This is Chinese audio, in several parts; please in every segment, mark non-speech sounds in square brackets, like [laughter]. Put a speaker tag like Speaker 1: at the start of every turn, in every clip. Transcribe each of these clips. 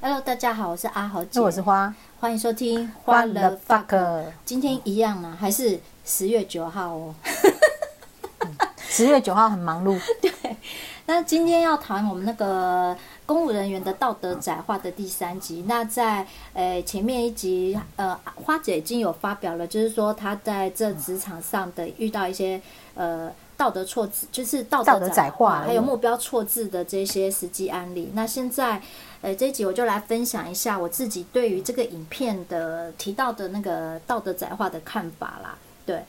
Speaker 1: Hello，大家好，我是阿豪姐，
Speaker 2: 那我是花
Speaker 1: 欢迎收听《花
Speaker 2: 花
Speaker 1: 了
Speaker 2: 了
Speaker 1: fuck》。
Speaker 2: fuck，
Speaker 1: 今天一样啊，还是十月九号哦。
Speaker 2: 十月九号很忙碌，
Speaker 1: 那今天要谈我们那个公务人员的道德窄化的第三集。那在呃前面一集，呃，花姐已经有发表了，就是说她在这职场上的遇到一些呃道德错字，就是道
Speaker 2: 道
Speaker 1: 德
Speaker 2: 德
Speaker 1: 窄
Speaker 2: 窄
Speaker 1: 化，
Speaker 2: 化
Speaker 1: 还有目标错字的这些实际案例。那现在。呃，这一集我就来分享一下我自己对于这个影片的提到的那个道德窄化的看法啦。对，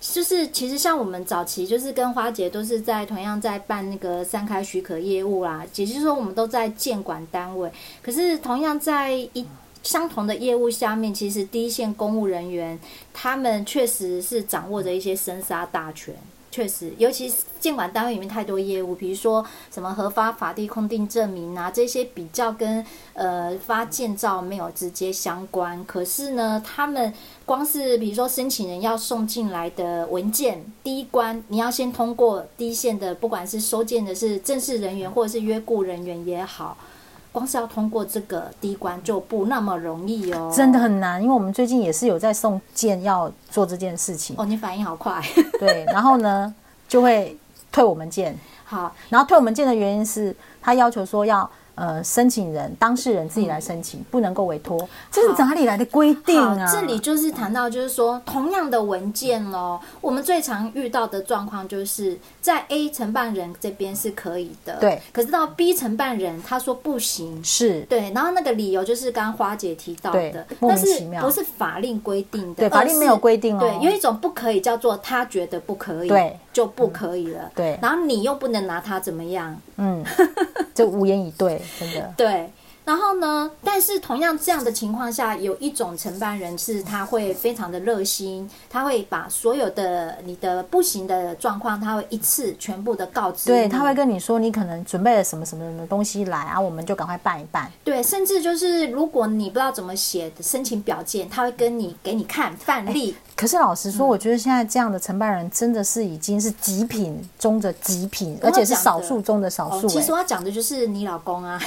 Speaker 1: 就是其实像我们早期就是跟花姐都是在同样在办那个三开许可业务啦，也就是说我们都在建管单位，可是同样在一。相同的业务下面，其实第一线公务人员他们确实是掌握着一些生杀大权，确实，尤其是监管单位里面太多业务，比如说什么核发法定空定证明啊，这些比较跟呃发建造没有直接相关。可是呢，他们光是比如说申请人要送进来的文件，第一关你要先通过第一线的，不管是收件的是正式人员或者是约雇人员也好。光是要通过这个第一关就不那么容易哦，
Speaker 2: 真的很难，因为我们最近也是有在送件要做这件事情，
Speaker 1: 哦，你反应好快，
Speaker 2: 对，然后呢就会退我们件，
Speaker 1: 好，
Speaker 2: 然后退我们件的原因是他要求说要呃申请人当事人自己来申请，不能够委托，这是哪里来的规定
Speaker 1: 嗯好，
Speaker 2: 啊？
Speaker 1: 这里就是谈到，就是说，同样的文件哦，我们最常遇到的状况就是在 A 承办人这边是可以的，
Speaker 2: 对，
Speaker 1: 可是到 B 承办人他说不行。
Speaker 2: 是
Speaker 1: 对，然后那个理由就是刚刚花姐提到的
Speaker 2: 对，莫
Speaker 1: 但
Speaker 2: 名
Speaker 1: 是
Speaker 2: 其妙
Speaker 1: 不是法令规定的？
Speaker 2: 对法令没有规定哦
Speaker 1: 而是对，有一种不可以叫做他觉得不可以，
Speaker 2: 对，嗯
Speaker 1: 就不可以了。
Speaker 2: 对
Speaker 1: 然后你又不能拿他怎么样，
Speaker 2: 嗯，这无言以对，真的
Speaker 1: 对，然后呢？但是同样这样的情况下，有一种承办人是他会非常的热心，他会把所有的你的不行的状况，他会一次全部的告知你。 [laughs]
Speaker 2: 对，他会跟你说你可能准备了什么什么什么东西来啊，我们就赶快办一办。
Speaker 1: 对，甚至就是如果你不知道怎么写的申请表件，他会跟你给你看范例。
Speaker 2: 可是老实
Speaker 1: 嗯
Speaker 2: 说，我觉得现在这样的承办人真的是已经是极品中的极品，
Speaker 1: 我要
Speaker 2: 而且是
Speaker 1: 讲的
Speaker 2: 少数中的少
Speaker 1: 哦，
Speaker 2: 数、
Speaker 1: 其实
Speaker 2: 欸。
Speaker 1: 我要讲的就是你老公
Speaker 2: [laughs]
Speaker 1: 啊，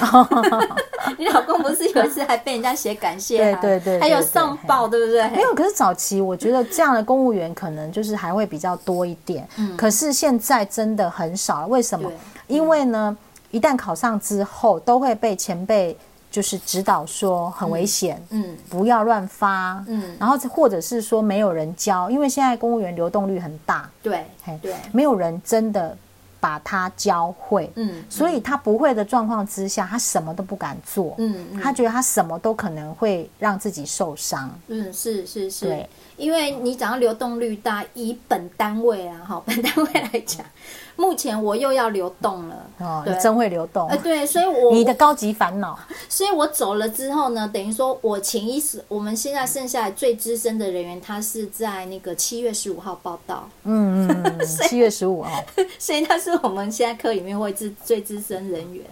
Speaker 1: [laughs] 你老公不是有一次还被人家写感谢函，
Speaker 2: 对对对对
Speaker 1: 还有
Speaker 2: 对
Speaker 1: 上报，对不对？
Speaker 2: 没有，可是早期我觉得这样的公务员可能就是还会比较多一点，可是现在真的很少了。为什么
Speaker 1: 嗯对？
Speaker 2: 因为呢，一旦考上之后，都会被前辈就是指导说很危险，
Speaker 1: 嗯
Speaker 2: 不要乱发，
Speaker 1: 嗯
Speaker 2: 然后或者是说没有人教，因为现在公务员流动率很大，
Speaker 1: 对
Speaker 2: 嘿
Speaker 1: 对，
Speaker 2: 没有人真的把他教会，
Speaker 1: 嗯
Speaker 2: 所以他不会的状况之下，他什么都不敢做，
Speaker 1: 嗯嗯
Speaker 2: 他觉得他什么都可能会让自己受伤，
Speaker 1: 嗯，是是是
Speaker 2: 对，
Speaker 1: 因为你讲到流动率大，以本单位啊，哈， [laughs] 本单位来讲，
Speaker 2: 嗯
Speaker 1: 目前我又要流动了，
Speaker 2: 哦，
Speaker 1: 对
Speaker 2: 你真会流动，
Speaker 1: 呃，对，所以我
Speaker 2: 你的高级烦恼，
Speaker 1: 所以我走了之后呢，等于说我潜意识，我们现在剩下来最资深的人员，他是在那个七月十五号报道，
Speaker 2: 嗯嗯
Speaker 1: [laughs]
Speaker 2: 嗯，七月十五号，
Speaker 1: 所以他是我们现在科里面会资最资深人员，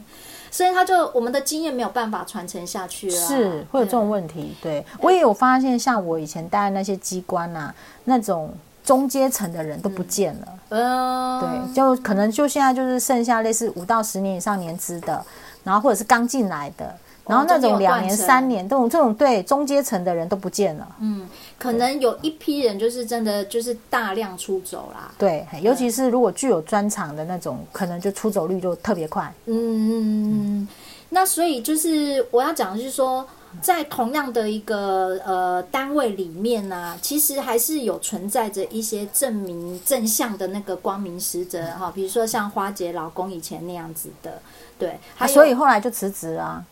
Speaker 1: 所以他就我们的经验没有办法传承下去了啊，
Speaker 2: 是会有这种问题，对我也有发现，像我以前待的那些机关啊，那种中阶层的人都不见了。
Speaker 1: 对，呃，
Speaker 2: 对，就可能就现在就是剩下类似五到十年以上年资的，然后或者是刚进来的，然后那
Speaker 1: 哦就没有
Speaker 2: 种两
Speaker 1: 断
Speaker 2: 年、
Speaker 1: 层
Speaker 2: 三年这种这种对中阶层的人都不见了。
Speaker 1: 嗯，可能有一批人就是真的就是大量出走啦，
Speaker 2: 对，尤其是如果具有专长的那种，可能就出走率就特别快。
Speaker 1: 嗯，那所以就是我要讲的就是说，在同样的一个呃单位里面呢、其实还是有存在着一些证明正向的那个光明使者哈、比如说像花姐老公以前那样子的，对，还
Speaker 2: 啊、
Speaker 1: 有
Speaker 2: 所以后来就辞职啊，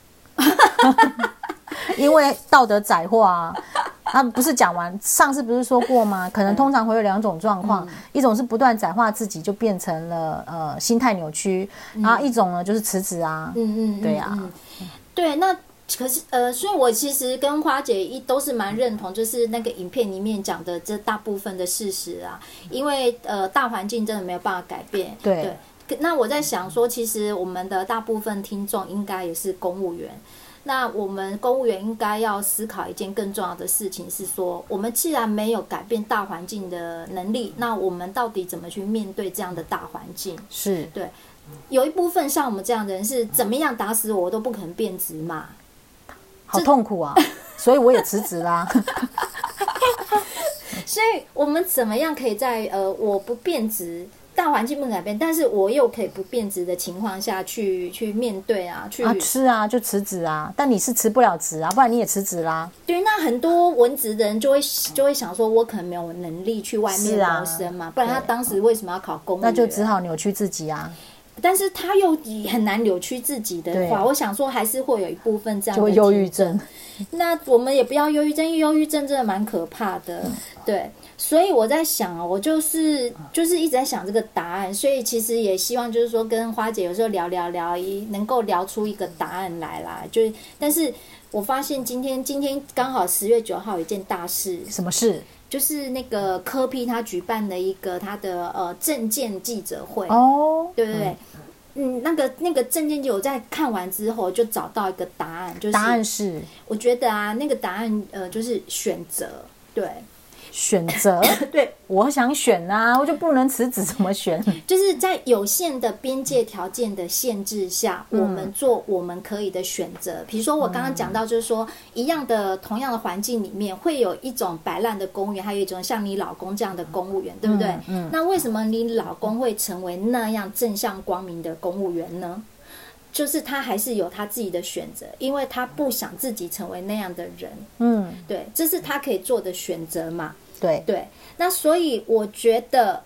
Speaker 2: 因为道德窄化啊。啊，不是讲完上次不是说过吗？可能通常会有两种状况，一种是不断窄化自己，就变成了呃心态扭曲，然后一种呢就是辞职啊。
Speaker 1: 嗯嗯，嗯
Speaker 2: 对啊
Speaker 1: 嗯对，那可是呃，所以我其实跟花姐一都是蛮认同，就是那个影片里面讲的这大部分的事实啊，因为呃大环境真的没有办法改变，
Speaker 2: 对
Speaker 1: 可那我在想说，其实我们的大部分听众应该也是公务员，那我们公务员应该要思考一件更重要的事情是说，我们既然没有改变大环境的能力，那我们到底怎么去面对这样的大环境？
Speaker 2: 是，
Speaker 1: 对，有一部分像我们这样的人是怎么样打死我我都不可能变质嘛。
Speaker 2: 好痛苦啊，所以我也辞职啦。 [laughs]
Speaker 1: 所以我们怎么样可以在呃我不变质、大环境不改变，但是我又可以不变质的情况下去去面对啊，去
Speaker 2: 啊，是啊，就辞职啊，但你是辞不了职啊，不然你也辞职啦。
Speaker 1: 对，那很多文职的人就会就会想说，我可能没有能力去外面
Speaker 2: 是啊
Speaker 1: 谋生嘛，不然他当时为什么要考公务员？
Speaker 2: 那就只好扭曲自己啊，
Speaker 1: 但是他又很难扭曲自己的
Speaker 2: 对
Speaker 1: 话，我想说还是会有一部分这样
Speaker 2: 就
Speaker 1: 的
Speaker 2: 会忧郁症。
Speaker 1: 那我们也不要忧郁症，因为忧郁症真的蛮可怕的。
Speaker 2: 嗯
Speaker 1: 对，所以我在想啊，我就是就是一直在想这个答案，所以其实也希望就是说跟花姐有时候聊聊聊，一能够聊出一个答案来啦。就是，但是我发现今天今天刚好十月九号有一件大事，
Speaker 2: 什么事？
Speaker 1: 就是那个科批他举办了一个他的呃证件记者会。
Speaker 2: 哦，
Speaker 1: 对对对，嗯，那个那个证件就我在看完之后就找到一个答案，就是
Speaker 2: 答案是
Speaker 1: 我觉得啊，那个答案呃就是选择，对
Speaker 2: 选 [coughs] 择。
Speaker 1: 对，
Speaker 2: 我想选啊，我就不能辞职，怎么选？
Speaker 1: 就是在有限的边界条件的限制下，
Speaker 2: 嗯
Speaker 1: 我们做我们可以的选择。比如说我刚刚讲到，就是说一样的同样的环境里面，会有一种摆烂的公务员，还有一种像你老公这样的公务员，对不对？
Speaker 2: 嗯
Speaker 1: 那为什么你老公会成为那样正向光明的公务员呢？就是他还是有他自己的选择，因为他不想自己成为那样的人，
Speaker 2: 嗯，
Speaker 1: 对，这是他可以做的选择嘛。
Speaker 2: 对，
Speaker 1: 对，那所以我觉得，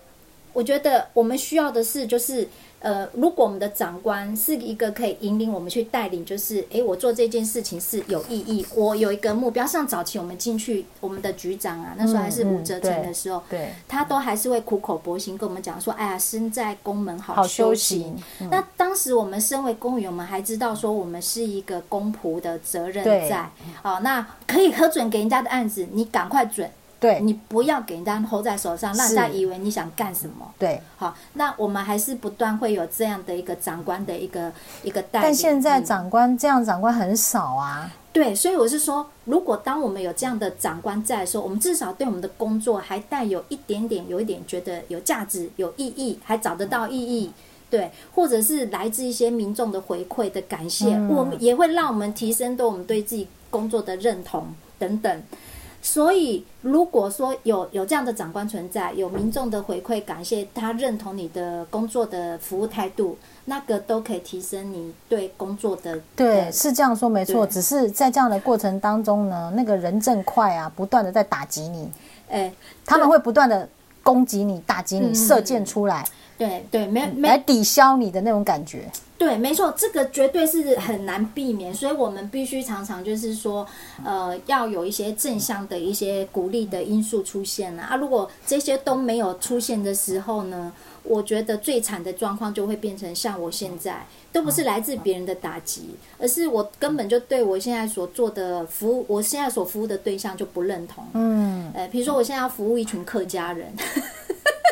Speaker 1: 我觉得我们需要的是，就是呃，如果我们的长官是一个可以引领我们去带领，就是诶，我做这件事情是有意义，我有一个目标。像早期我们进去我们的局长啊，那时候还是
Speaker 2: 嗯
Speaker 1: 吴哲成的时候。
Speaker 2: 对，
Speaker 1: 他都还是会苦口婆心跟我们讲说，哎呀，身在宫门好
Speaker 2: 好嗯
Speaker 1: 修
Speaker 2: 修
Speaker 1: 行。
Speaker 2: 行。
Speaker 1: 那当时我们身为公务员，我们还知道说我们是一个公仆的责任
Speaker 2: 对
Speaker 1: 在，哦，那可以核准给人家的案子，你赶快准，
Speaker 2: 对，
Speaker 1: 你不要给人家 hold 在手上，让人家
Speaker 2: 是
Speaker 1: 以为你想干什么。
Speaker 2: 对。
Speaker 1: 好，那我们还是不断会有这样的一个长官的一个一个带领。
Speaker 2: 但现在
Speaker 1: 嗯
Speaker 2: 长官这样，长官很少啊。
Speaker 1: 对，所以我是说，如果当我们有这样的长官在的时候，我们至少对我们的工作还带有一点点，有一点觉得有价值、有意义，还找得到意义。对，或者是来自一些民众的回馈的感谢，
Speaker 2: 嗯
Speaker 1: 我们也会让我们提升对我们对自己工作的认同等等。所以，如果说有有这样的长官存在，有民众的回馈感谢，他认同你的工作的服务态度，那个都可以提升你对工作的
Speaker 2: 对，
Speaker 1: 呃
Speaker 2: 是这样说没错，
Speaker 1: 对
Speaker 2: 只是在这样的过程当中呢，那个人正快啊，不断的在打击你，
Speaker 1: 哎
Speaker 2: 他们会不断的攻击你、打击你，
Speaker 1: 嗯
Speaker 2: 射箭出来
Speaker 1: 对对，没没
Speaker 2: 嗯来抵消你的那种感 [laughs] 觉。
Speaker 1: 对，没错，这个绝对是很难避免，所以我们必须常常就是说，呃，要有一些正向的一些鼓励的因素出现啊。啊，如果这些都没有出现的时候呢，我觉得最惨的状况就会变成像我现在，都不是来自别人的打击，而是我根本就对我现在所做的服务，我现在所服务的对象就不认同。
Speaker 2: 嗯，
Speaker 1: 呃，比如说我现在要服务一群客家人，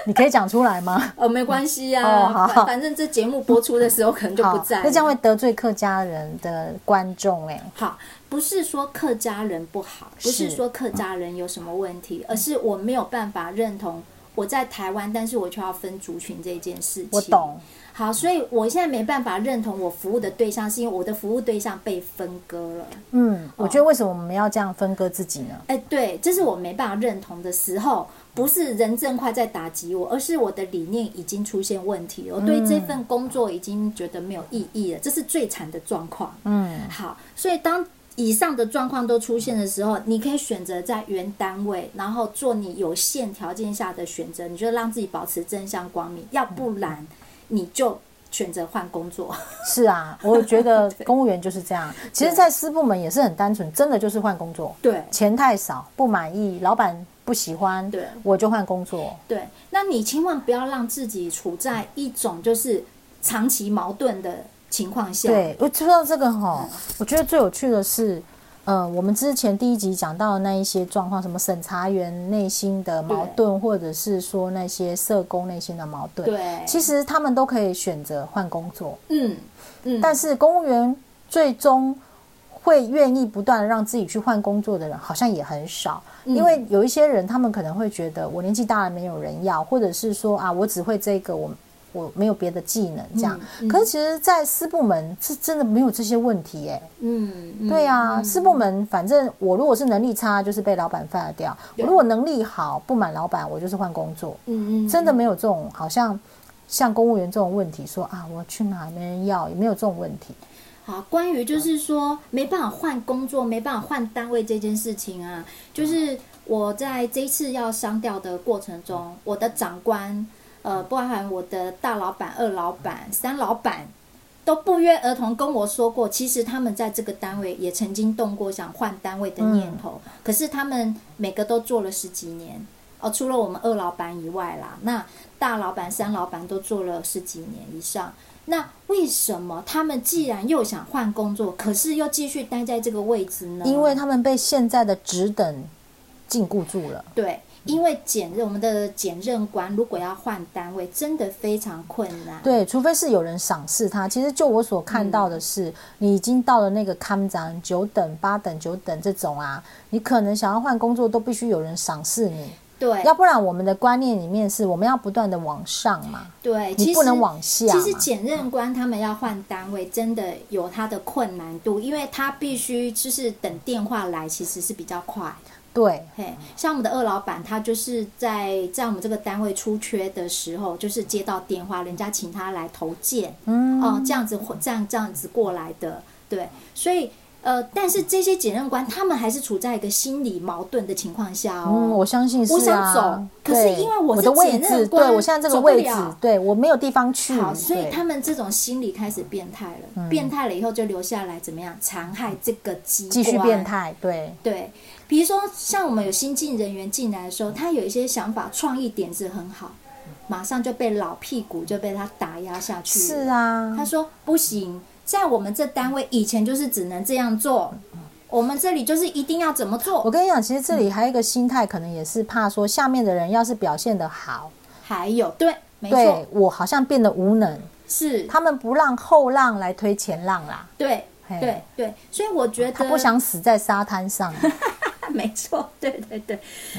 Speaker 2: 你可以讲出来吗？
Speaker 1: 呃，没关系啊，
Speaker 2: 哦好
Speaker 1: 反反正这节目播出的时候可能就不
Speaker 2: 好
Speaker 1: 在了。
Speaker 2: 那这样会得罪客家人的观众哎、
Speaker 1: 好，不是说客家人不好，不是
Speaker 2: 是
Speaker 1: 说客家人有什么问题，而是我没有办法认同我在台湾，但是我却要分族群这件事情。
Speaker 2: 我懂。
Speaker 1: 好，所以我现在没办法认同我服务的对象，是因为我的服务对象被分割了。
Speaker 2: 嗯，我觉得为什么我们要这样分割自己呢？
Speaker 1: 哎，对，这是我没办法认同的时候，不是人正快在打击我，而是我的理念已经出现问题了，我对
Speaker 2: 嗯
Speaker 1: 这份工作已经觉得没有意义了，这是最惨的状况。
Speaker 2: 嗯，
Speaker 1: 好，所以当以上的状况都出现的时候，你可以选择在原单位，然后做你有限条件下的选择，你就让自己保持正向光明，要不然
Speaker 2: 嗯
Speaker 1: 你就选择换工作。 [laughs]
Speaker 2: 是啊，我觉 [laughs] 得公务员就是这样。其实，
Speaker 1: 对
Speaker 2: 在私部门也是很单纯，真的就是换工作，
Speaker 1: 对
Speaker 2: 钱太少，不满意，老板不喜欢，
Speaker 1: 对
Speaker 2: 我就换工作。
Speaker 1: 对，那你千万不要让自己处在一种就是长期矛盾的情况下。
Speaker 2: 对，我说到这个哈，我觉得最有趣的是，呃，我们之前第一集讲到的那一些状况，什么审查员内心的矛盾，或者是说那些社工内心的矛盾，
Speaker 1: 对
Speaker 2: 其实他们都可以选择换工作，
Speaker 1: 嗯嗯，
Speaker 2: 但是公务员最终会愿意不断的让自己去换工作的人，好像也很少。
Speaker 1: 嗯
Speaker 2: 因为有一些人，他们可能会觉得我年纪大了没有人要，或者是说啊，我只会这个，我我没有别的技能这样。
Speaker 1: 嗯嗯
Speaker 2: 可是其实，在私部门是真的没有这些问题耶、
Speaker 1: 嗯，嗯
Speaker 2: 对啊，私部门反正我如果是能力差，就是被老板 fire 掉；我如果能力好，不满老板，我就是换工作。
Speaker 1: 嗯嗯，
Speaker 2: 真的没有这种好像像公务员这种问题，说啊我去哪没人要，也没有这种问题。
Speaker 1: 好，啊关于就是说没办法换工作、没办法换单位这件事情啊，就是我在这一次要商调的过程中，我的长官，呃，包含我的大老板、二老板、三老板，都不约而同跟我说过，其实他们在这个单位也曾经动过想换单位的念头，可是他们每个都做了十几年。哦，除了我们二老板以外啦，那大老板、三老板都做了十几年以上，那为什么他们既然又想换工作，可是又继续待在这个位置呢？
Speaker 2: 因为他们被现在的职等禁锢住了。
Speaker 1: 对，因为检任我们的检任官如果要换单位，真的非常困难。
Speaker 2: 对，除非是有人赏识他。其实就我所看到的是，你已经到了那个看长九等、八等、九等这种啊，你可能想要换工作都必须有人赏识你，
Speaker 1: 对
Speaker 2: 要不然我们的观念里面是我们要不断的往上嘛，
Speaker 1: 对，其
Speaker 2: 你
Speaker 1: 实
Speaker 2: 不能往下
Speaker 1: 其
Speaker 2: 嘛。
Speaker 1: 实检任官他们要换单位，真的有他的困难度，因为他必须就是等电话来，其实是比较快。
Speaker 2: 对，
Speaker 1: 嘿，像我们的二老板，他就是在在我们这个单位出缺的时候，就是接到电话，人家请他来投件，
Speaker 2: 嗯
Speaker 1: 哦、这样子或这样这样子过来的，对，所以呃，但是这些检任官他们还是处在一个心理矛盾的情况下哦，
Speaker 2: 嗯，我相信是、啊。
Speaker 1: 我想走可是
Speaker 2: 对
Speaker 1: 因为我
Speaker 2: 我
Speaker 1: 是
Speaker 2: 的位
Speaker 1: 检任
Speaker 2: 置，
Speaker 1: 官
Speaker 2: 对我现在这个
Speaker 1: 走不
Speaker 2: 位置
Speaker 1: 了，
Speaker 2: 对我没有地方去。
Speaker 1: 好，所以
Speaker 2: 对嗯
Speaker 1: 他们这种心理开始变态了，变态了以后就留下来怎么样残害这个机关，
Speaker 2: 继续变态，对，
Speaker 1: 对，比如说像我们有新进人员进来的时候，他有一些想法、创意点子很好，马上就被老屁股就被他打压下去。
Speaker 2: 是，啊，
Speaker 1: 他说不行，在我们这单位以前就是只能这样做，我们这里就是一定要怎么
Speaker 2: 我
Speaker 1: 做。
Speaker 2: 跟你讲，其实
Speaker 1: 嗯
Speaker 2: 这里还有一个心态，可能也是怕说下面的人要是表现得好，
Speaker 1: 还有，对，没错
Speaker 2: 对，我好像变得无能，
Speaker 1: 是，
Speaker 2: 他们不让后浪来推前浪啦，
Speaker 1: 对，
Speaker 2: 嘿
Speaker 1: 对，对，所以我觉得
Speaker 2: 他不想死在沙滩上，
Speaker 1: [laughs] 没错，对对对，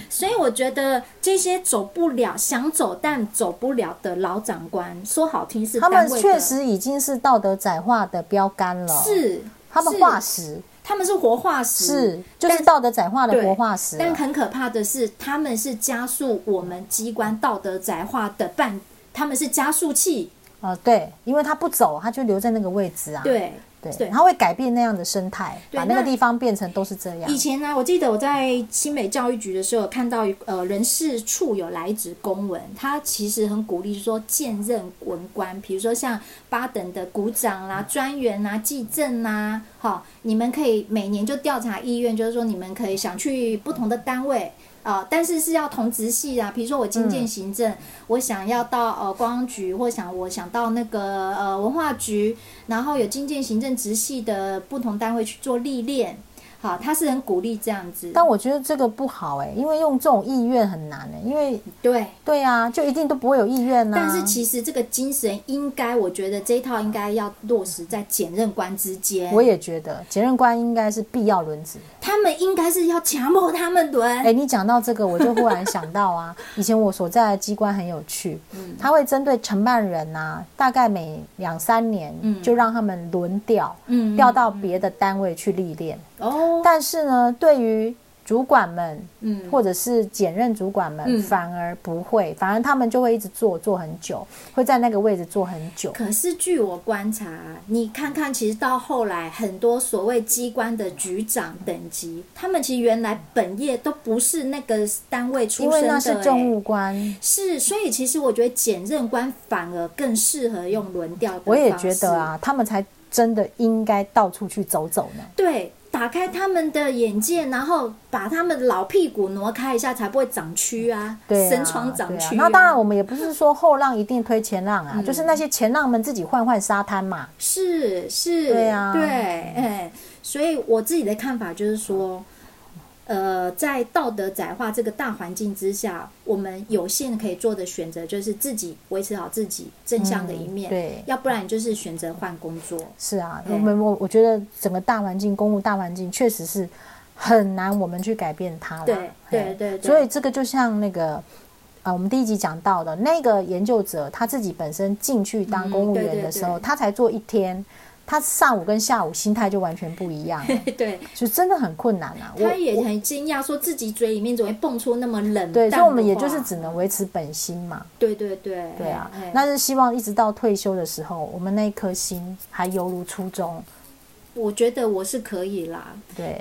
Speaker 1: 所以我觉得这些走不了、想走但走不了的老长官，说好听是
Speaker 2: 他
Speaker 1: 单
Speaker 2: 们
Speaker 1: 位
Speaker 2: 确
Speaker 1: 的
Speaker 2: 实已经是道德窄化的标杆了，，
Speaker 1: 是
Speaker 2: 他们
Speaker 1: 是
Speaker 2: 化石
Speaker 1: 他们是活化石，
Speaker 2: 是就是
Speaker 1: 但
Speaker 2: 道德窄化的
Speaker 1: 对
Speaker 2: 活化石了，啊
Speaker 1: 但很可怕的是，他们是加速我们机关道德窄化的伴，他们是加速器。
Speaker 2: 呃，对，因为他不走，他就留在那个位置啊，
Speaker 1: 对
Speaker 2: 对，
Speaker 1: 对
Speaker 2: 他会改变那样的生态，
Speaker 1: 对
Speaker 2: 把那个
Speaker 1: 那
Speaker 2: 地方变成都是这样
Speaker 1: 以，前呢、我记得我在新北教育局的时候，有看到呃人事处有来职公文，他其实很鼓励说兼任文官，比如说像八等的股长
Speaker 2: 嗯
Speaker 1: 啦、专员啊啦、技正啦，好，啊你们可以每年就调查意愿，就是说你们可以想去不同的单位。啊、但是是要同职系啊，比如说我
Speaker 2: 嗯
Speaker 1: 经建行政，我想要到呃观光局，或想我想到那个呃文化局，然后有经建行政直系的不同单位去做历练，好，他是很鼓励这样子。
Speaker 2: 但我觉得这个不好哎、因为用这种意愿很难哎、因为
Speaker 1: 对，
Speaker 2: 对啊，就一定都不会有意愿啊呐、
Speaker 1: 但是其实这个精神应该，我觉得这一套应该要落实在检任官之间。
Speaker 2: 我也觉得检任官应该是必要轮值。
Speaker 1: 他们应该是要强迫他们轮。
Speaker 2: 哎、你讲到这个，我就忽然想到
Speaker 1: [laughs]
Speaker 2: 啊，以前我所在的机关很有趣，
Speaker 1: 嗯
Speaker 2: 他会针对承办人呐、大概每两三年
Speaker 1: 嗯
Speaker 2: 就让他们轮调，
Speaker 1: 嗯，
Speaker 2: 调到别的单位去历练。
Speaker 1: 哦，
Speaker 2: 但是呢，对于主管们
Speaker 1: 嗯，
Speaker 2: 或者是检任主管们、
Speaker 1: 嗯
Speaker 2: 反而不会，反而他们就会一直做做很久，会在那个位置做很久。
Speaker 1: 可是据我观察，你看看，其实到后来，很多所谓机关的局长等级，他们其实原来本业都不是那个单位出
Speaker 2: 因
Speaker 1: 身
Speaker 2: 为
Speaker 1: 的、
Speaker 2: 那是政
Speaker 1: 哎
Speaker 2: 务官，
Speaker 1: 是，所以其实我觉得检任官反而更适合用轮调的
Speaker 2: 我也
Speaker 1: 方
Speaker 2: 觉
Speaker 1: 式
Speaker 2: 得。啊，他们才真的应该到处去走走呢。
Speaker 1: 对，打开他们的眼界，然后把他们老屁股挪开一下，才不会长蛆啊，
Speaker 2: 对啊，
Speaker 1: 神床长
Speaker 2: 对啊
Speaker 1: 蛆、
Speaker 2: 那当然，我们也不是说后浪一定推前浪啊，就是
Speaker 1: 嗯
Speaker 2: 那些前浪们自己换换沙滩嘛。
Speaker 1: 是是，
Speaker 2: 对啊
Speaker 1: 对，哎，所以我自己的看法就是说。呃，在道德窄化这个大环境之下，我们有限可以做的选择就是自己维持好自己正向的一面，
Speaker 2: 嗯对
Speaker 1: 要不然你就是选择换工作。 [laughs]
Speaker 2: 是啊，
Speaker 1: 对
Speaker 2: 我们我我觉得整个大环境，公务大环境确实是很难我们去改变它啦
Speaker 1: 对对
Speaker 2: 嘿
Speaker 1: 对对
Speaker 2: 所以这个就像那个。呃，我们第一集讲到的那个研究者，他自己本身进去当公务
Speaker 1: 嗯对
Speaker 2: 员
Speaker 1: 对
Speaker 2: 的时候，
Speaker 1: 对
Speaker 2: 他才做一天，他上午跟下午心态就完全不一样了，
Speaker 1: 对，
Speaker 2: 就真的很困难啊。我
Speaker 1: 他也很惊讶，说自己嘴里面怎么会蹦出那么冷淡
Speaker 2: 对，所以我
Speaker 1: 的
Speaker 2: 们也
Speaker 1: 话
Speaker 2: 就是只能维持本心嘛。
Speaker 1: 对对对，
Speaker 2: 对啊
Speaker 1: 哎，
Speaker 2: 那是希望一直到退休的时候，我们那一颗心还犹如初衷。
Speaker 1: 我觉得我是可以啦， [laughs]
Speaker 2: 对，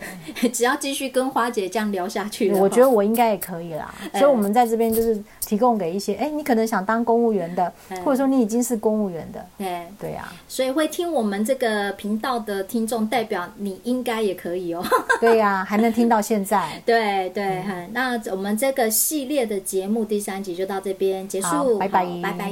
Speaker 1: 只要继续跟花姐这样聊下去的话，
Speaker 2: 我觉得我应该也可以啦。
Speaker 1: 哎
Speaker 2: 所以，我们在这边就是提供给一些，哎，你可能想当公务员的
Speaker 1: 哎，
Speaker 2: 或者说你已经是公务员的，
Speaker 1: 哎，
Speaker 2: 对啊，
Speaker 1: 所以会听我们这个频道的听众，代表你应该也可以哦。 [laughs]
Speaker 2: 对呀，还能听到现在。
Speaker 1: 对
Speaker 2: 嗯
Speaker 1: 对，很、那我们这个系列的节目第三集就到这边结
Speaker 2: 好
Speaker 1: 束，
Speaker 2: 拜拜
Speaker 1: 好拜拜。